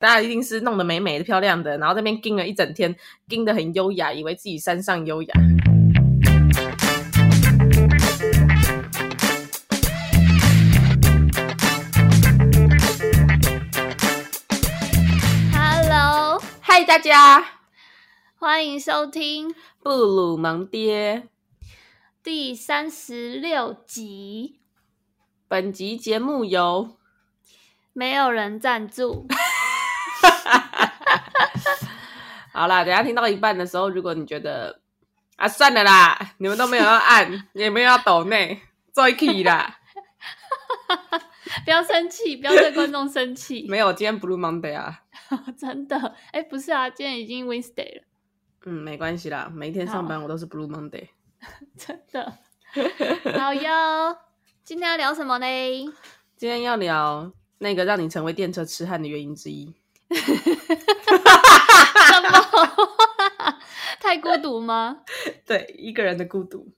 大家一定是弄得美美的、漂亮的，然后在那边盯了一整天，盯得很优雅，以为自己山上优雅。 Hello，嗨，大家，欢迎收听布鲁蒙爹，第三十六集。本集节目由没有人赞助，好啦，等一下听到一半的时候，如果你觉得啊算了啦，你们都没有要按，也没有要抖内，做一 key 啦。不要生气，不要对观众生气。没有，今天 Blue Monday 啊， 真的，哎，不是啊，今天已经 Wednesday 了，嗯，没关系啦，每一天上班我都是 Blue Monday。真的。好哟，今天要聊什么嘞？今天要聊那个让你成为电车痴汉的原因之一。什么？ 太孤独吗？对一个人的孤独，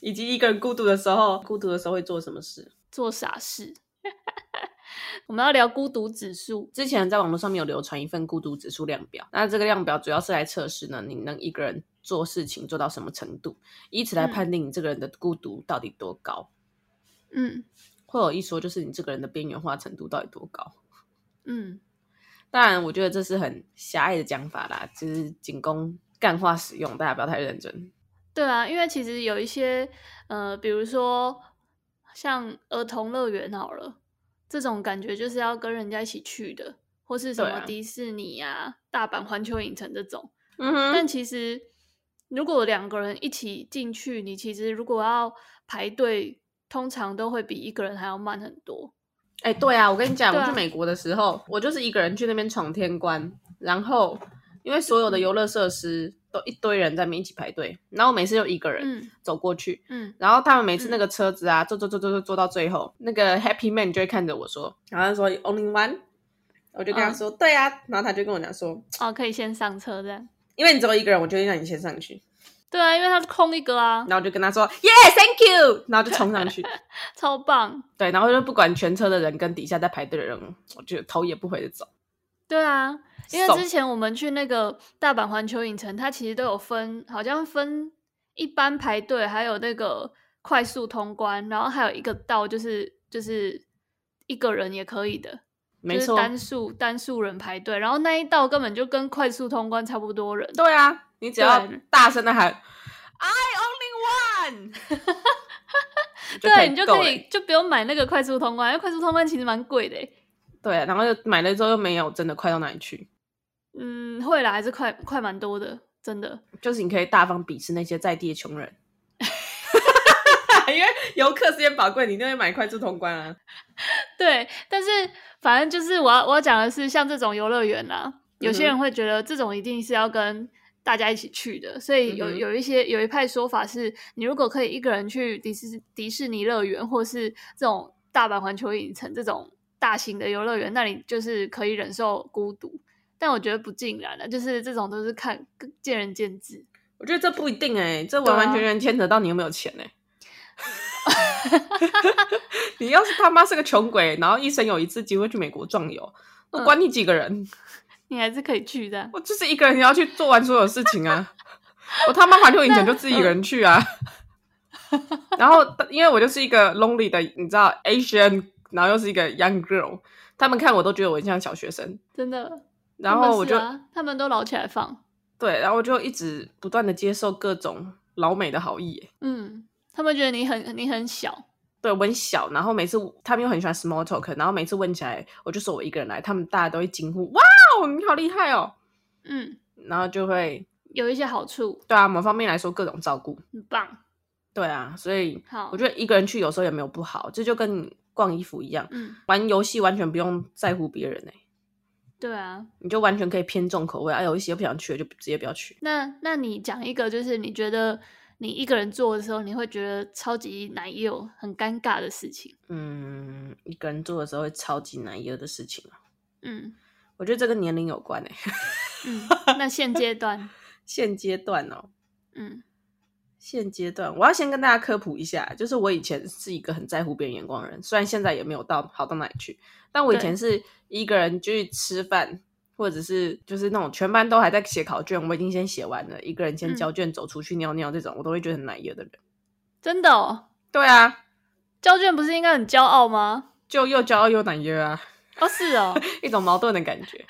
以及一个人孤独的时候，孤独的时候会做什么事？做傻事。 我们要聊孤独指数，之前在网络上面有流传一份孤独指数量表，那这个量表主要是来测试呢，你能一个人做事情做到什么程度，以此来判定你这个人的孤独到底多高。嗯会有一说就是你这个人的边缘化程度到底多高。嗯，当然，我觉得这是很狭隘的讲法啦，就是仅供干话使用，大家不要太认真。对啊，因为其实有一些呃，比如说像儿童乐园好了，这种感觉就是要跟人家一起去的，或是什对么啊迪士尼啊、大阪环球影城这种。嗯哼，但其实如果两个人一起进去，你其实如果要排队，通常都会比一个人还要慢很多。哎、对啊，我跟你讲，对我啊去美国的时候，我就是一个人去那边闯天关，然后因为所有的游乐设施都一堆人在那边一起排队，然后我每次就一个人嗯走过去，嗯，然后他们每次那个车子啊，坐坐坐坐坐坐到最后，那个 Happy Man 就会看着我说，然后他说 Only one，我就跟嗯他说、对啊，然后他就跟我讲说，哦，可以先上车这样。因为你只有一个人，我就会让你先上去，对啊，因为它是空一个啊然，后我就跟他说 Yeah，Thank you，然后就冲上 去，超棒。对，然后就不管全车的人跟底下在排队的人，我就头也不回的走。对啊，因为送之前我们去那个大阪环球影城，它其实都有分，好像分一般排队，还有那个快速通关，然后还有一个道就是就是一个人也可以的，没就是错，单数单数人排队，然后那一道根本就跟快速通关差不多人，对啊，你只要对大声的喊 “I only one”，对你就够可了欸以就不用买那个快速通关，因为快速通关其实蛮贵的欸，对，啊然后又买了之后又没有真的快到哪里去，嗯，会啦，还是快快蛮多的，真的。就是你可以大方鄙视那些在地的穷 人，因为游客时间宝贵，你一定会买快速通关啊。对，但是反正就是我要我要讲的是，像这种游乐园啦，有些嗯人会觉得这种一定是要跟大家一起去的，所以有嗯哼有一些有一派说法是，你如果可以一个人去迪士迪士尼乐园，或是这种大阪环球影城这种大型的游乐园，那你就是可以忍受孤独。但我觉得不尽然了，就是这种都是看见仁见智。我觉得这不一定哎、这对完啊完全全牵扯到你有没有钱哎、啊 你要是他妈是个穷鬼，然后一生有一次机会去美国壮游，那嗯管你几个人。你还是可以去的，啊我就是一个人要去做完所有事情啊！ 我他妈环球影城就自己一个人去啊！然后因为我就是一个 lonely 的，你知道 Asian，然后又是一个 young girl，他们看我都觉得我很像小学生，真的。然他们后我是就、啊、他们都捞起来放，对，然后我就一直不断的接受各种老美的好意耶。嗯，他们觉得你很你很小，对，我很小，然后每次他们又很喜欢 small talk，然后每次问起来，我就说我一个人来，他们大家都会惊呼：“哇哦，你好厉害哦嗯，！”然后就会有一些好处，对啊，某方面来说各种照顾，很棒。对啊，所以好，我得，觉得一个人去有时候也没有不好，这就跟你逛衣服一样，嗯，玩游戏完全不用在乎别人哎、对啊。你你就完全可以偏重口味，啊，有一些不想去的就直接不要去。那那你讲一个，就是你觉得你一个人做的时候，你会觉得超级难受、很尴尬的事情。嗯，一个人做的时候会超级难一的事情啊，嗯我觉得这跟年龄有关哎、嗯，那现阶段，现阶段哦，嗯现阶段我要先跟大家科普一下，就是我以前是一个很在乎别人眼光的人，虽然现在也没有到好到哪里去，但我以对前是一个人去吃饭，或者是就是那种全班都还在写考卷，我已经先写完了，一个人先交卷走出去尿尿这种，我都会觉得很难惹的人。真的哦，对啊，交卷不是应该很骄傲吗？就又骄傲又难约啊， 哦，是哦，一种矛盾的感觉。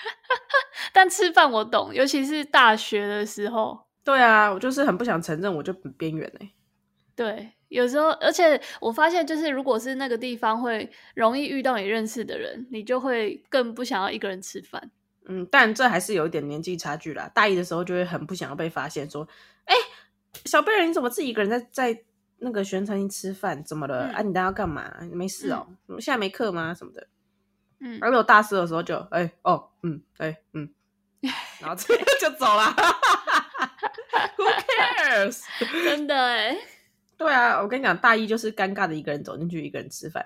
但吃饭我懂，尤其是大学的时候，对啊，我就是很不想承认，我就很边缘哎。对，有时候，而且我发现，就是如果是那个地方会容易遇到你认识的人，你就会更不想要一个人吃饭。嗯，但这还是有一点年纪差距啦。大一的时候就会很不想要被发现，说：“哎、小贝人，你怎么自己一个人在在那个学生餐厅吃饭？怎么了？嗯啊，你等下要干嘛？没事哦，现在没课吗？什么的。”嗯，而我大四的时候就，哎、哦，嗯，哎、 嗯，然后这就走了。Who cares？真的哎，对啊，我跟你讲，大一就是尴尬的一个人走进去，一个人吃饭；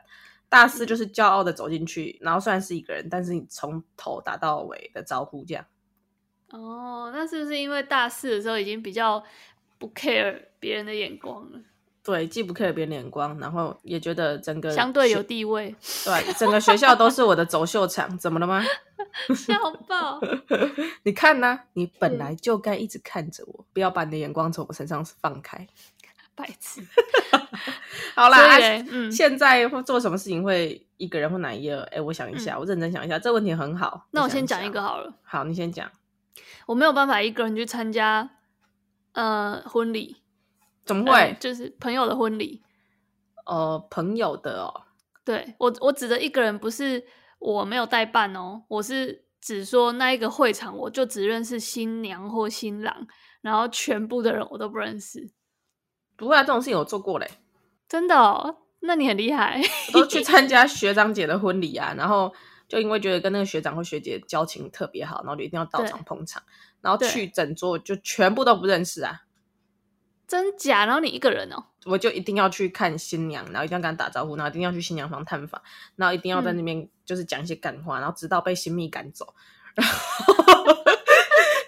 大四就是嗯骄傲的走进去，然后虽然是一个人，但是你从头打到尾的招呼这样。哦，那是不是因为大四的时候已经比较不 care 别人的眼光了，对，既不 care 别人的眼光，然后也觉得整个相对有学地位， 对整个学校都是我的走秀场，怎么了吗？笑爆！你看呢、你本嗯来就该一直看着我，不要把你的眼光从我身上放开。白痴。好啦，所以啊嘞嗯现在会做什么事情会一个人或哪一个？哎，我想一下，我认真想一下，这问题很好。嗯那我想先讲一想个。好了，好，你先讲，我没有办法一个人去参加呃婚礼，怎么呃会？就是朋友的婚礼。呃，朋友的哦，对我，我指的一个人不是我没有代办哦，我是指说那一个会场，我就只认识新娘或新郎，然后全部的人我都不认识，不会啊，这种事情我做过嘞，真的哦。那你很厉害， 我都去参加学长姐的婚礼啊，然后就因为觉得跟那个学长或学姐交情特别好，然后就一定要到场对捧场，然后对去整桌就全部都不认识啊，真假？然后你一个人哦，我就一定要去看新娘，然后一定要跟她打招呼，然后一定要去新娘房探访，然后一定要嗯在那边就是讲一些干话，然后直到被新蜜赶走， 然后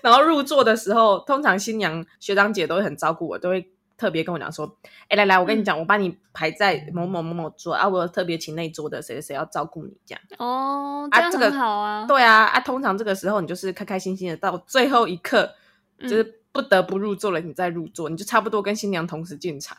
然后入座的时候，通常新娘学长姐都会很照顾我，都会特别跟我讲说，哎、来来，我跟嗯你讲，我把你排在某某某某桌啊，我有特别请那一桌的谁谁谁要照顾你这样。哦，这啊样这个很好啊。对啊，啊，通常这个时候你就是开开心心的，到最后一刻就嗯是不得不入座了，你再入座，你就差不多跟新娘同时进场，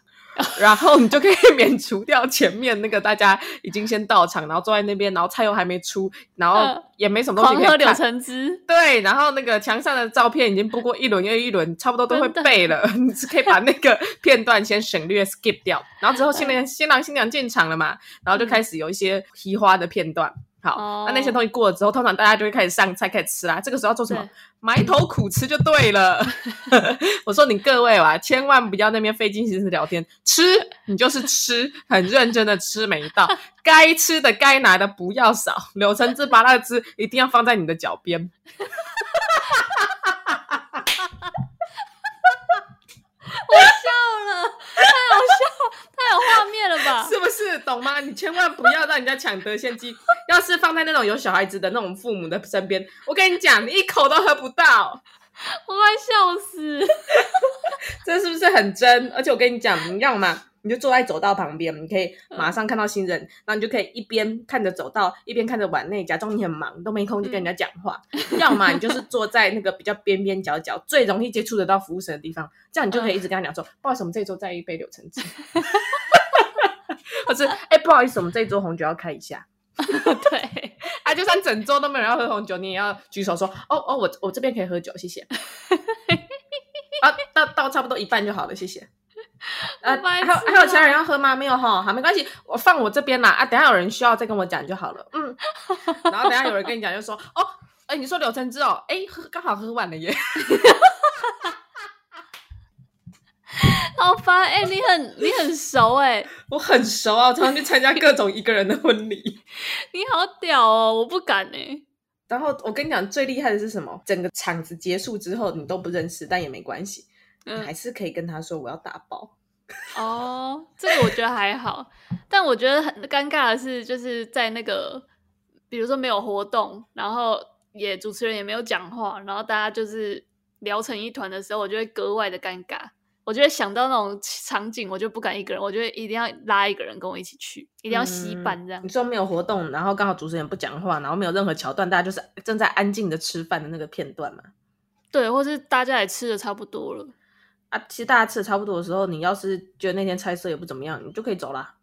然后你就可以 免除掉前面那个大家已经先到场，然后坐在那边，然后菜又还没出，然后嗯也没什么东狂西可喝以柳看。橙 汁，对，然后那个墙上的照片已经播过一轮又一轮，差不多都会真的背了。 你只可以把那个片段先省略 skip 掉，然后之后嗯新娘新郎新娘进场了嘛，然后就开始有一些提花的片段。好哦，那那些东西过了之后，通常大家就会开始上菜，开始吃啦。这个时候要做什么对？埋头苦吃就对了。 我说你各位啊，千万不要那边费尽心思聊天，吃你就是吃，很认真的吃每一道，该吃的该拿的不要少，柳橙汁、芭乐汁一定要放在你的脚边。 我笑了，太好笑，太有画面了 吧？是不是懂吗？你千万不要让人家抢得先机。 要是放在那种有小孩子的那种父母的身边，我跟你讲，你一口都喝不到。我快笑死！这是不是很真？而且我跟你讲，你要嘛，你就坐在走道旁边，你可以马上看到新人，然后你就可以一边看着走道，一边看着碗内，假装你很忙，都没空去跟人家讲话。要么你就是坐在那个比较边边角角，最容易接触得到服务生的地方，这样你就可以一直跟他讲说，不好意思，我们这一桌再一杯柳橙汁，或是哎、不好意思，我们这一桌红酒要开一下。 对，啊，就算整桌都没有人要喝红酒，你也要举手说：“哦哦，我我这边可以喝酒，谢 谢。”啊，到到差不多一半就好了，谢 谢。呃，好白还痴有还有其他哦人要喝吗？没有哈，好，没关系，我放我这边啦。啊，等一下有人需要再跟我讲就好了。 嗯，然后等一下有人跟你讲就说：“哦，哎、你说柳橙汁哦，哎、喝刚好喝完了耶。 好烦哎、你很你很熟哎、”我很熟啊，我常常去参加各种一个人的婚礼。 你好屌哦，我不敢哎、然后我跟你讲，最厉害的是什么？整个场子结束之后，你都不认识，但也没关系，你嗯还是可以跟他说我要打包。哦，这个我觉得还好，但我觉得很尴尬的是，就是在那个，比如说没有活动，然后也主持人也没有讲话，然后大家就是聊成一团的时候，我就会格外的尴尬。我就会想到那种场景，我就不敢一个人，我就会一定要拉一个人跟我一起去，一定要吸伴这样嗯你。说没有活动，然后刚好主持人不讲话，然后没有任何桥段，大家就是正在安静的吃饭的那个片段嘛。对，或是大家也吃的差不多了，啊，其实大家吃的差不多的时候，你要是觉得那天菜色也不怎么样，你就可以走 啦。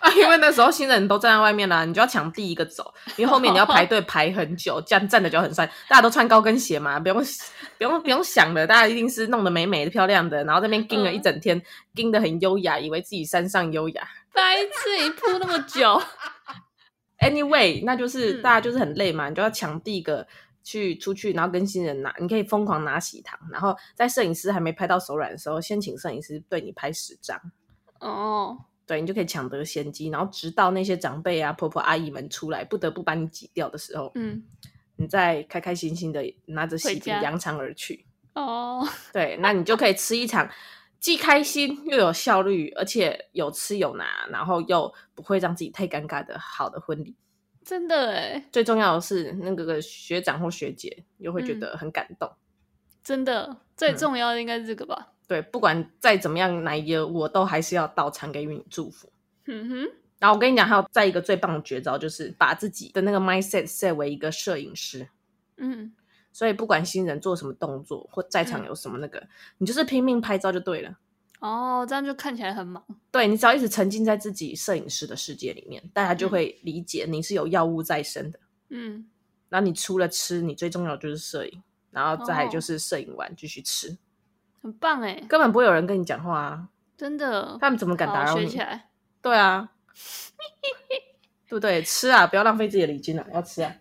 啊，因为那时候新人都站在外面啦，你就要抢第一个走，因为后面你要排队排很久，这样站的就很帅。大家都穿高跟鞋嘛，不用不用不用想了，大家一定是弄得美美的、漂亮的，然后在那边盯了嗯一整天，盯得很优雅，以为自己山上优雅。白痴，你铺那么久， Anyway，那就是嗯大家就是很累嘛，你就要抢第一个去出去，然后跟新人拿，你可以疯狂拿喜糖，然后在摄影师还没拍到手软的时候，先请摄影师对你拍十张， 哦，对你就可以抢得先机，然后直到那些长辈啊、婆婆阿姨们出来，不得不把你挤掉的时候，嗯，你再开开心心的拿着喜回饼家扬长而去。哦，对，那你就可以吃一场既开心又有效率，而且有吃有拿，然后又不会让自己太尴尬的好的婚礼。真的哎，最重要的是，那个学长或学姐又会觉嗯得很感动。真的最嗯重要的应该是这个吧？对，不管再怎么样哪一个，我都还是要到场给予你祝福。嗯哼，然后我跟你讲，还有再一个最棒的绝招，就是把自己的那个 mindset set 为一个摄影师。嗯，所以不管新人做什么动作或在场嗯有什么那个，你就是拼命拍照就对了。哦，这样就看起来很忙，对你只要一直沉浸在自己摄影师的世界里面，大家就会理解你是有药物在身的。嗯，然后你除了吃，你最重要的就是摄影，然后再来哦就是摄影完继续吃，很棒哎，根本不会有人跟你讲话啊。真的，他们怎么敢打好扰学你起？来，对啊，对不对？吃啊，不要浪费自己的礼金啊，要吃啊。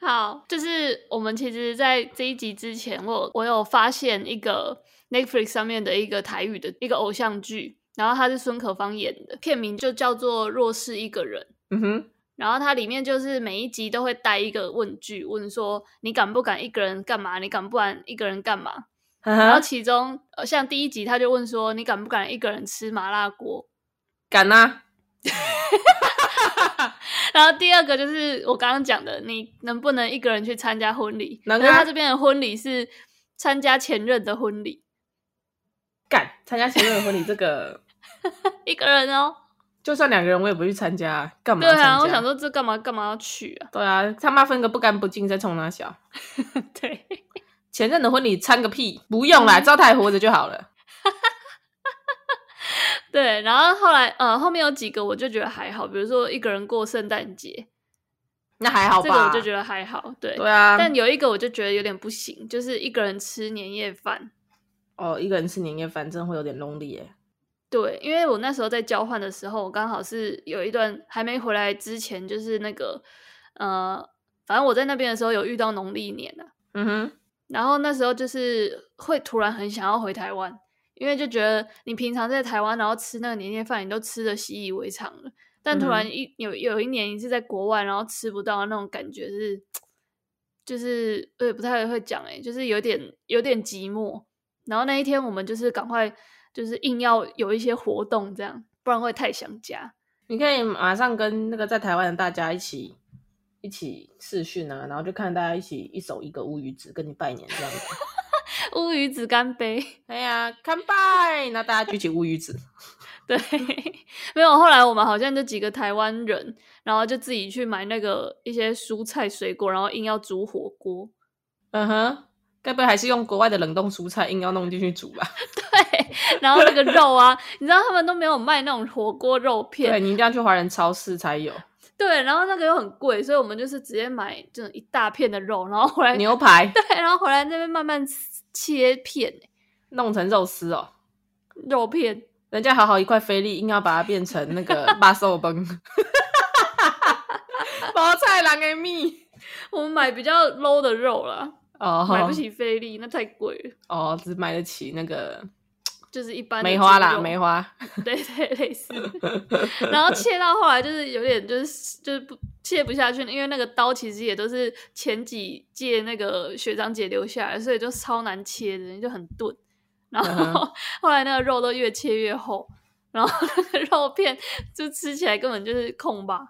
好，就是我们其实，在这一集之前，我我有发现一个 Netflix 上面的一个台语的一个偶像剧，然后它是孙可芳演的，片名就叫做《若是一个人》。嗯哼，然后它里面就是每一集都会带一个问句，问说你敢不敢一个人干嘛？你敢不敢一个人干嘛？然后然后其中呃，像第一集他就问说你敢不敢一个人吃麻辣锅？敢啊，然后第二个就是我刚刚讲的，你能不能一个人去参加婚礼？能啊然后他这边的婚礼是参加前任的婚礼，敢参加前任的婚礼，这个一个人哦。就算两个人我也不去参加啊，干嘛对要参加？啊，我想，说这干嘛干嘛要去啊？ 对啊，他妈分个不干不净，再冲他笑。对，前任的婚礼参个屁，不用啦，嗯知道他还活着就好了。对，然后后来呃后面有几个我就觉得还好，比如说一个人过圣诞节，那还好这个我吧？就觉得还好，对。对啊，但有一个我就觉得有点不行，就是一个人吃年夜饭。哦，一个人吃年夜饭真的会有点 lonely 耶。对，因为我那时候在交换的时候，我刚好是有一段还没回来之前，就是那个呃，反正我在那边的时候有遇到农历年啊，嗯哼，然后那时候就是会突然很想要回台湾，因为就觉得你平常在台湾，然后吃那个年夜饭，你都吃的习以为常了。但突然嗯一、有有一年你是在国外，然后吃不到那种感觉是，就是我也不太会讲诶、就是有点有点寂寞。然后那一天我们就是赶快就是硬要有一些活动这样，不然会太想家。你可以马上跟那个在台湾的大家一起一起视讯啊，然后就看大家一起一手一个乌鱼子跟你拜年这样子。乌鱼子干杯。 哎呀，干拜！那大家举起乌鱼子， 对，没有。后来我们好像就几个台湾人，然后就自己去买那个一些蔬菜水果，然后硬要煮火锅。嗯哼，该不会还是用国外的冷冻蔬菜硬要弄进去煮 吧？对，然后那个肉啊，你知道他们都没有卖那种火锅肉对片，你一定要去华人超市才 有对，然后那个又很贵，所以我们就是直接买这种一大片的肉，然后回来，牛排对，然后回来那边慢慢切片弄成肉丝哦。肉片，人家好好一块菲力，硬要把它变成那 个巴寿崩，菠菜郎的蜜我们买比较 low 的肉啦，哦，买不起菲力，那太贵了，哦，只买得起那个就是一般的梅花鸡啦，肉梅花。对对，类似。 然后切到后来就是有点就是就是不切不下去，因为那个刀其实也都是前几届那个学长姐留下来，所以就超难切的，就很钝。然嗯后后来那个肉都越切越厚，然后那个肉片就吃起来根本就是空吧。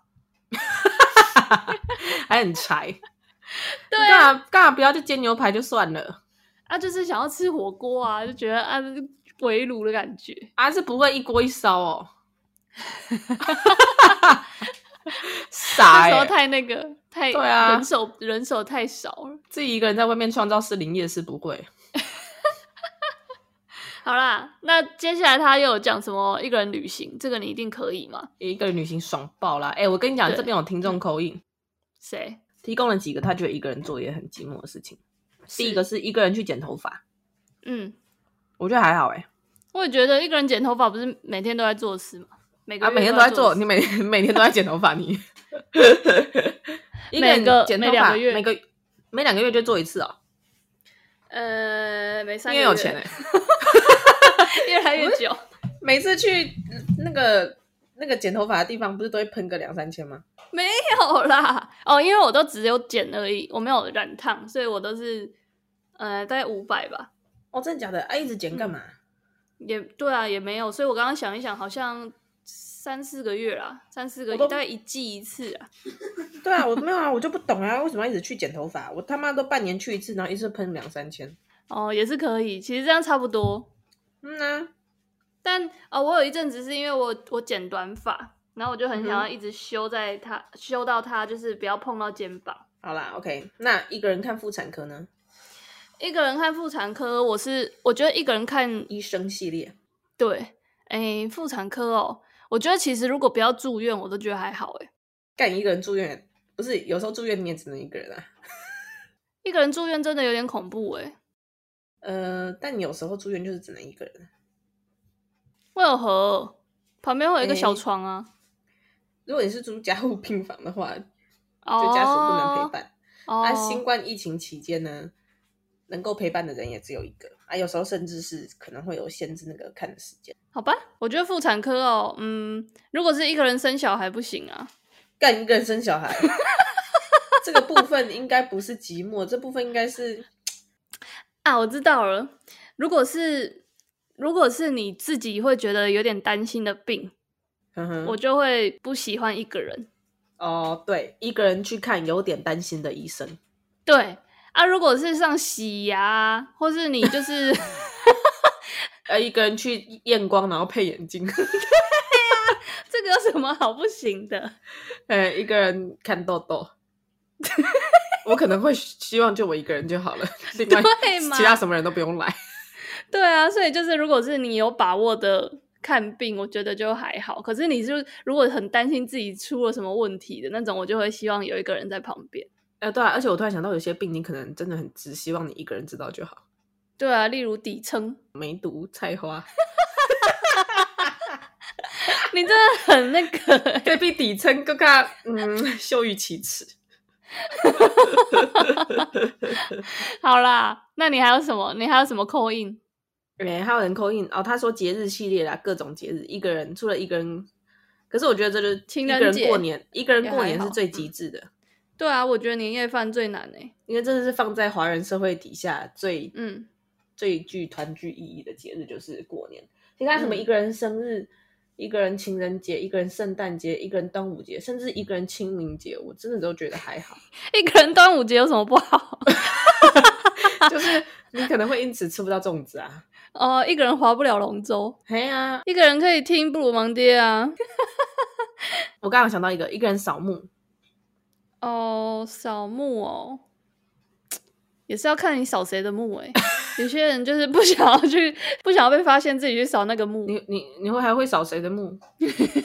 还很柴。对 干嘛干嘛不要就煎牛排就算了？啊，就是想要吃火锅啊，就觉得啊围炉的感觉。啊，是不会一锅一烧哦。 傻那欸时候太那个太对啊人手人手太少了。自己一个人在外面创造士林夜市不会。好啦，那接下来他又有讲什么一个人旅行，这个你一定可以吗？一个人旅行爽爆啦！哎、我跟你讲，对这边有听众口音，谁？提供了几个他觉得一个人做也很寂寞的事情。第一个是，是一个人去剪头发，嗯，我觉得还好哎、我也觉得一个人剪头发不是每天都在做的事吗？每个啊，月每天都都在做做，的事你每 每天都在剪头发， 你一每个人剪每头两发个月每个每两个月就做一次哦，呃，每因三个为月有钱哎、 越来越久。每次去那个那个剪头发的地方，不是都会喷个两三千吗？没有啦，哦，因为我都只有剪而已，我没有染烫，所以我都是呃大概五百吧，哦，真的假的？啊，一直剪干嘛？也对啊，也没有，所以我刚刚想一想，好像三四个月啦，三四个我月都大概一季一次啊，对啊，我没有啊，我就不懂啊，为什么要一直去剪头发？我他妈都半年去一次，然后一次喷两三千。哦，也是可以，其实这样差不多。嗯啊，但啊、呃我有一阵子是因为我我剪短发，然后我就嗯很想要一直修在它，修到它就是不要碰到肩膀。好啦，OK，那一个人看妇产科呢？一个人看妇产科，我是我觉得一个人看医生系列，对，哎，妇产科哦，我觉得其实如果不要住院，我都觉得还好。哎，干一个人住院，不是有时候住院你也只能一个人啊。一个人住院真的有点恐怖哎，呃，但你有时候住院就是只能一个人。为何？哦旁边会有一个小诶床啊，如果你是住家务病房的话，就哦，家属不能陪伴。哦。那、啊新冠疫情期间呢，能够陪伴的人也只有一个啊，有时候甚至是可能会有限制那个看的时间。好吧，我觉得妇产科哦，嗯，如果是一个人生小孩不行啊，干一个人生小 孩，这个部分应该不是寂寞，这部分应该是啊，我知道了。如果是如果是你自己会觉得有点担心的病，嗯哼 我就会不喜欢一个人。哦，对，一个人去看有点担心的医生，对啊，如果是像洗牙啊，或是你就是 呃，一个人去验光然后配眼镜，这个有什么好不行的？呃，一个人看痘痘， 我可能会希望就我一个人就 好了，另外对嘛其他什么人都不用来。对啊，所以就是如果是你有把握的看病，我觉得就还好。可是你就如果很担心自己出了什么问题的那种，我就会希望有一个人在旁边。呃，对啊，而且我突然想到，有些病你可能真的很只希望你一个人知道就好。对啊，例如底撑，梅毒、菜花，你真的很那个、 欸。这比底层更加嗯羞于启齿。好啦，那你还有什么？你还有什么扣印？哎、还有人扣印哦，他说节日系列啦，各种节日，一个人除了一个人，可是我觉得这就是情一人个人节过年，一个人也过还年是好嗯最极致的，对啊，我觉得年夜饭最难诶、欸因为这是放在华人社会底下最、嗯，最具团聚意义的节日，就是过年。你看什么嗯一个人生日，一个人情人节，一个人圣诞节，一个人端午节，甚至一个人清明节，我真的都觉得还好，一个人端午节有什么不好？就是你可能会因此吃不到粽子啊。哦、一个人划不了龙舟，嘿啊呀、一个人可以听布鲁芒爹啊。我刚刚想到一个，一个人扫墓，哦，扫墓哦，也是要看你扫谁的墓诶、有些人就是不想要去，不想要被发现自己去扫那个墓，你你你会还会扫谁的墓？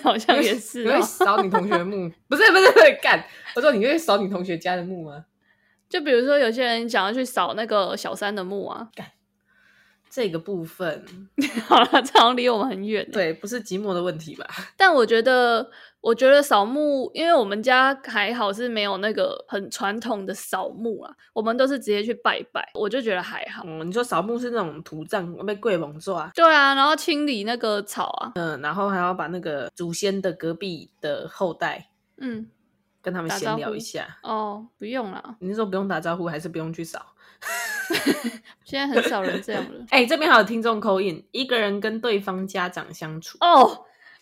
好像你也会是、你会哦。扫你同学的墓？ 不是不是不是，干！我说你会扫你同学家的墓吗？就比如说有些人想要去扫那个小三的墓啊。这个部分，好了，这好像离我们很远欸。对，不是寂寞的问题吧？但我觉得，我觉得扫墓，因为我们家还好是没有那个很传统的扫墓啊，我们都是直接去拜拜，我就觉得还好。嗯，你说扫墓是那种土葬被鬼蒙抓，对啊，然后清理那个草啊，嗯，然后还要把那个祖先的隔壁的后代嗯，跟他们打闲招聊呼一下。哦，不用啦，你是说不用打招呼，还是不用去扫？。现在很少人这样了哎、这边还有听众口音，一个人跟对方家长相处，哦，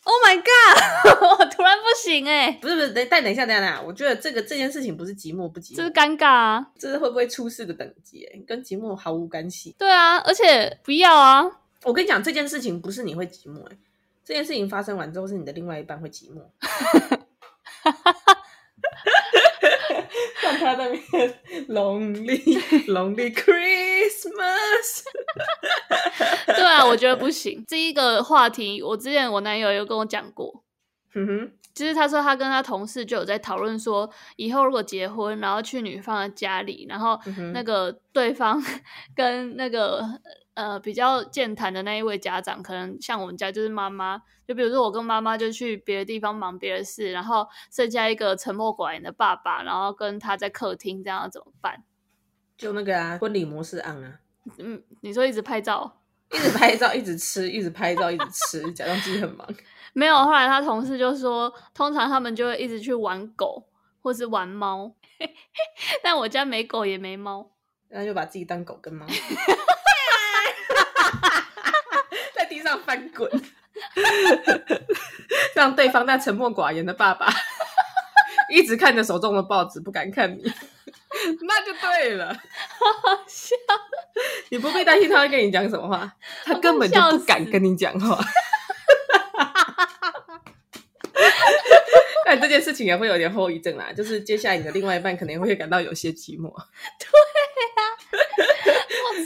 Oh my god！我 突然不行哎、不是不是，等但等一下等一下，等一下，我觉得这个这件事情不是寂寞不寂这是寞，尴尬啊。这是会不会出事的等级、欸，跟寂寞毫无干系。对啊，而且不要啊，我跟你讲，这件事情不是你会寂寞、欸，这件事情发生完之后是你的另外一半会寂寞。让他在那边 lonely lonely Christmas， 对啊，我觉得不行。这一个话题，我之前我男友有跟我讲过，嗯哼，就是他说他跟他同事就有在讨论说，以后如果结婚，然后去女方的家里，然后嗯哼那个对方 跟那个呃比较健谈的那一位家长，可能像我们家就是妈妈，就比如说我跟妈妈就去别的地方忙别的事，然后剩下一个沉默寡言的爸爸，然后跟他在客厅这样怎么办？就那个啊，婚礼模式 on 啊，嗯，你说一直拍照。一直拍照，一直吃，一直拍照，一直吃，假装自己很忙。没有，后来他同事就说，通常他们就会一直去玩狗或是玩猫， 但我家没狗也没猫，那就把自己当狗 跟猫，在地上翻滚，让对方那沉默寡言的爸爸一直看着手中的报纸，不敢看你，那就对了。笑你不必担心他会跟你讲什么话，他我根本就快笑不死敢跟你讲话。 但这件事情也会有点后遗症啦，就是接下来你的另外一半可能会感到有些寂寞。好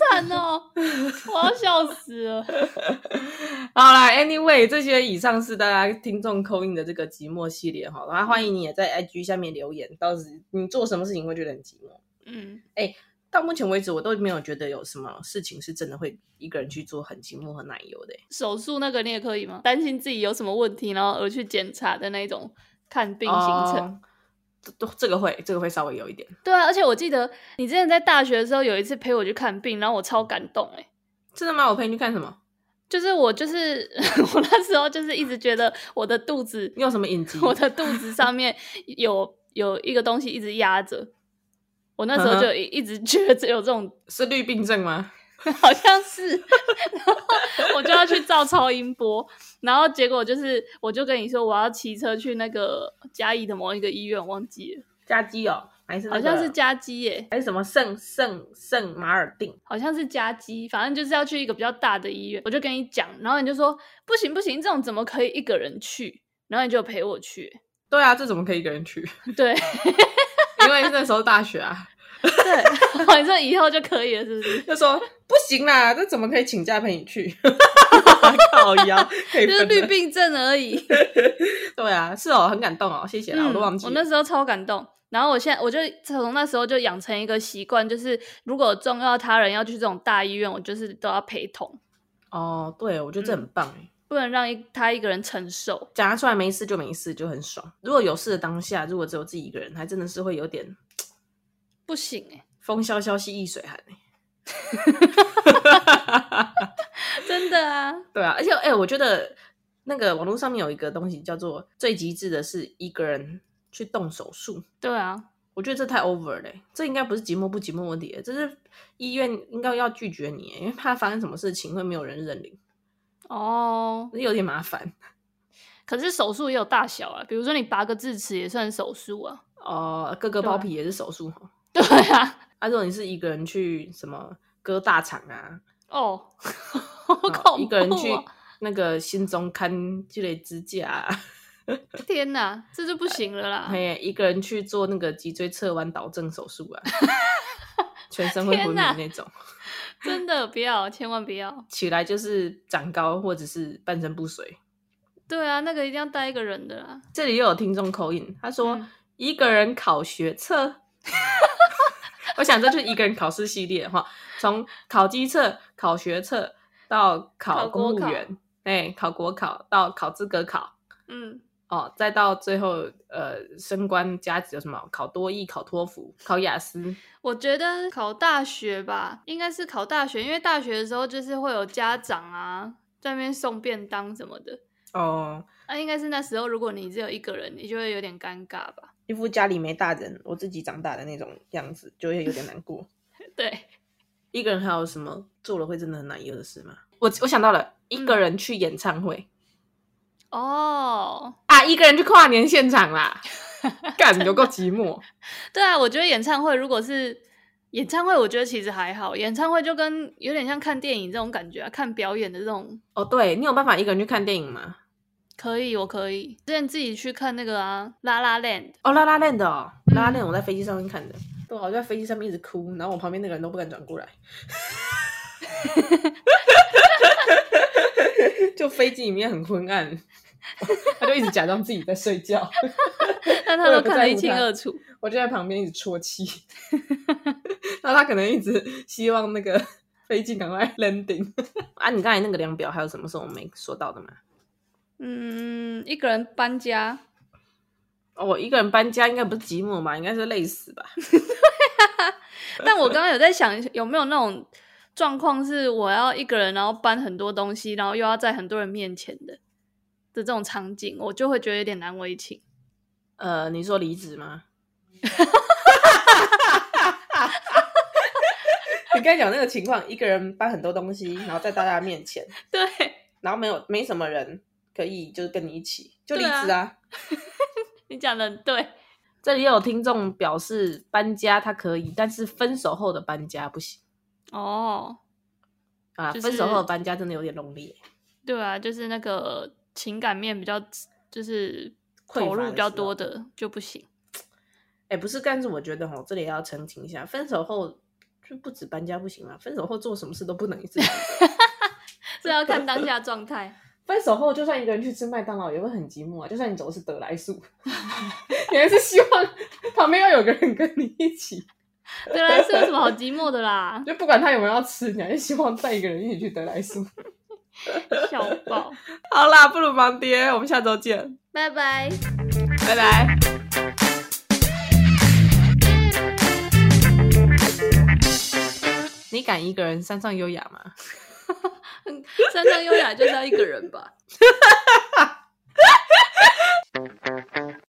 惨哦，我要笑死了。 好啦，Anyway，这些以上是大家听众扣印的这个寂寞系列哈，然后欢迎你也在 IG 下面留言，到时你做什么事情会觉得很寂寞。嗯，到目前为止，我都没有觉得有什么事情是真的会一个人去做很寂寞和奶油的欸、手术那个你也可以吗？担心自己有什么问题，然后而去检查的那一种看病行程。哦这都这个会，这个会稍微有一点，对啊，而且我记得你之前在大学的时候有一次陪我去看病，然后我超感动哎、真的吗？我陪你去看什么？就是我就是 我那时候就是一直觉得我的肚子你有什么隐 疾？我的肚子上面有有一个东西一直压着。我那时候就一一直觉得有这种，是绿病症吗？ 好像是，然后我就要去照超音波，然后结果就是，我就跟你说我要骑车去那个嘉义的某一个医院，我忘记了，加基哦，还是、好像是嘉基耶，还是什么圣圣圣马尔定？好像是嘉基，反正就是要去一个比较大的医院，我就跟你讲，然后你就说不行不行，这种怎么可以一个人去？然后你就陪我去，对啊，这怎么可以一个人去？对 因为那时候大学啊，对，反正以后就可以了，是不是？就说不行啦，这怎么可以请假陪你去？ 靠腰，可以就是分绿的。病症而已。对啊，是哦，很感动哦，谢谢啦，我都忘记嗯我了。那时候超感动。然后我现在我就从那时候就养成一个习惯，就是如果重要他人要去这种大医院，我就是都要陪同，哦，对，我觉得这很棒哎，不能让一他一个人承受。讲、出来没事就没事，就很爽。如果有事的当下，如果只有自己一个人，还真的是会有点不行 哎、风萧萧兮易水寒欸、真的啊，对啊，而且哎、我觉得那个网络上面有一个东西叫做最极致的是一个人去动手术。对啊，我觉得这太 over 了欸、这应该不是寂寞不寂寞问题欸，这是医院应该要拒绝你欸，因为怕发生什么事情会没有人认领，哦，有点麻烦可是手术也有大小啊，比如说你拔个智齿也算手术啊。哦。割割对啊包皮也是手术哈，对啊，啊，如果你是一个人去什么割大肠啊，哦，好恐怖、哦一个人去那个心中看积累支架、啊，去，天哪，这就不行了啦。 嘿、一个人去做那个脊椎侧弯导正手术啊，全身会昏迷天哪那种，真的不要，千万不要。起来就是长高或者是半身不遂。对啊，那个一定要带一个人的啦。这里又有听众口音，他说、嗯一个人考学测， 我想这就是一个人考试系列哈，从考机测、考学测到考考公国务考员，哎，考国考到考资格考嗯，哦，再到最后呃升官加职有什么考多益、考托福、考雅思，我觉得考大学吧，应该是考大学，因为大学的时候就是会有家长啊在那边送便当什么的。哦，那、应该是那时候，如果你只有一个人，你就会有点尴尬吧？ 一副家里没大人，我自己长大的那种样子，就会有点难过。对， 一个人还有什嗯么做了会真的很难忧的事吗？我我想到了，一个人去演唱会。哦，啊，一个人去跨年现场 啦，干有够寂寞。对啊，我觉得演唱会如果是演唱会，我觉得其实还好，演唱会就跟有点像看电影这种感觉啊，看表演的这种哦，对你有办法一个人去看电影吗？可以，我可以。之前自己去看那个啊，《La La Land》， 哦，拉拉链的哦，嗯拉拉链我在飞机上面看的，对啊，我就在飞机上面一直哭，然后我旁边那个人都不敢转 过来，就飞机里面很昏暗，他就一直假装自己在睡觉，但他我也都不看在得一乎清他二楚。我就在旁边一直啜泣， 然后他可能一直希望那个飞机赶快 landing 啊！你刚才那个量表还有什么是我们没说到的吗？嗯，一个人搬家，哦我一个人搬家应该不是寂寞吧，应该是累死吧。 但我刚刚有在想，有没有那种状况是我要一个人，然后搬很多东西，然后又要在很多人面前的的这种场景，我就会觉得有点难为情。呃，你说离职吗？ 你刚才讲那个情况，一个人搬很多东西，然后在大家面前，对，然后没有没什么人可以就是跟你一起，就离对职啊啊。你讲的很对，这里也有听众表示搬家他可以，但是分手后的搬家不行哦，啊。就是分手后的搬家真的有点 lonely，对啊，就是那个情感面比较，就是匮乏投入的比较时多候的就不行。哎、不是，但是我觉得哦，这里也要澄清一下，分手后就不止搬家不行啊啦，分手后做什么事都不能一次。这要看当下状态。分手后，就算一个人去吃麦当劳，也会很寂寞啊。就算你走的是得来 速，你还是希望旁边要有个人跟你一起。对啦，是有什么好寂寞的啦？就不管他有没有要吃，你还是希望带一个人一起去得来速。笑爆， 好啦，不如忙爹，我们下周见，拜 拜。拜拜。你敢一个人山上优雅吗？山上优雅就是要一个人吧。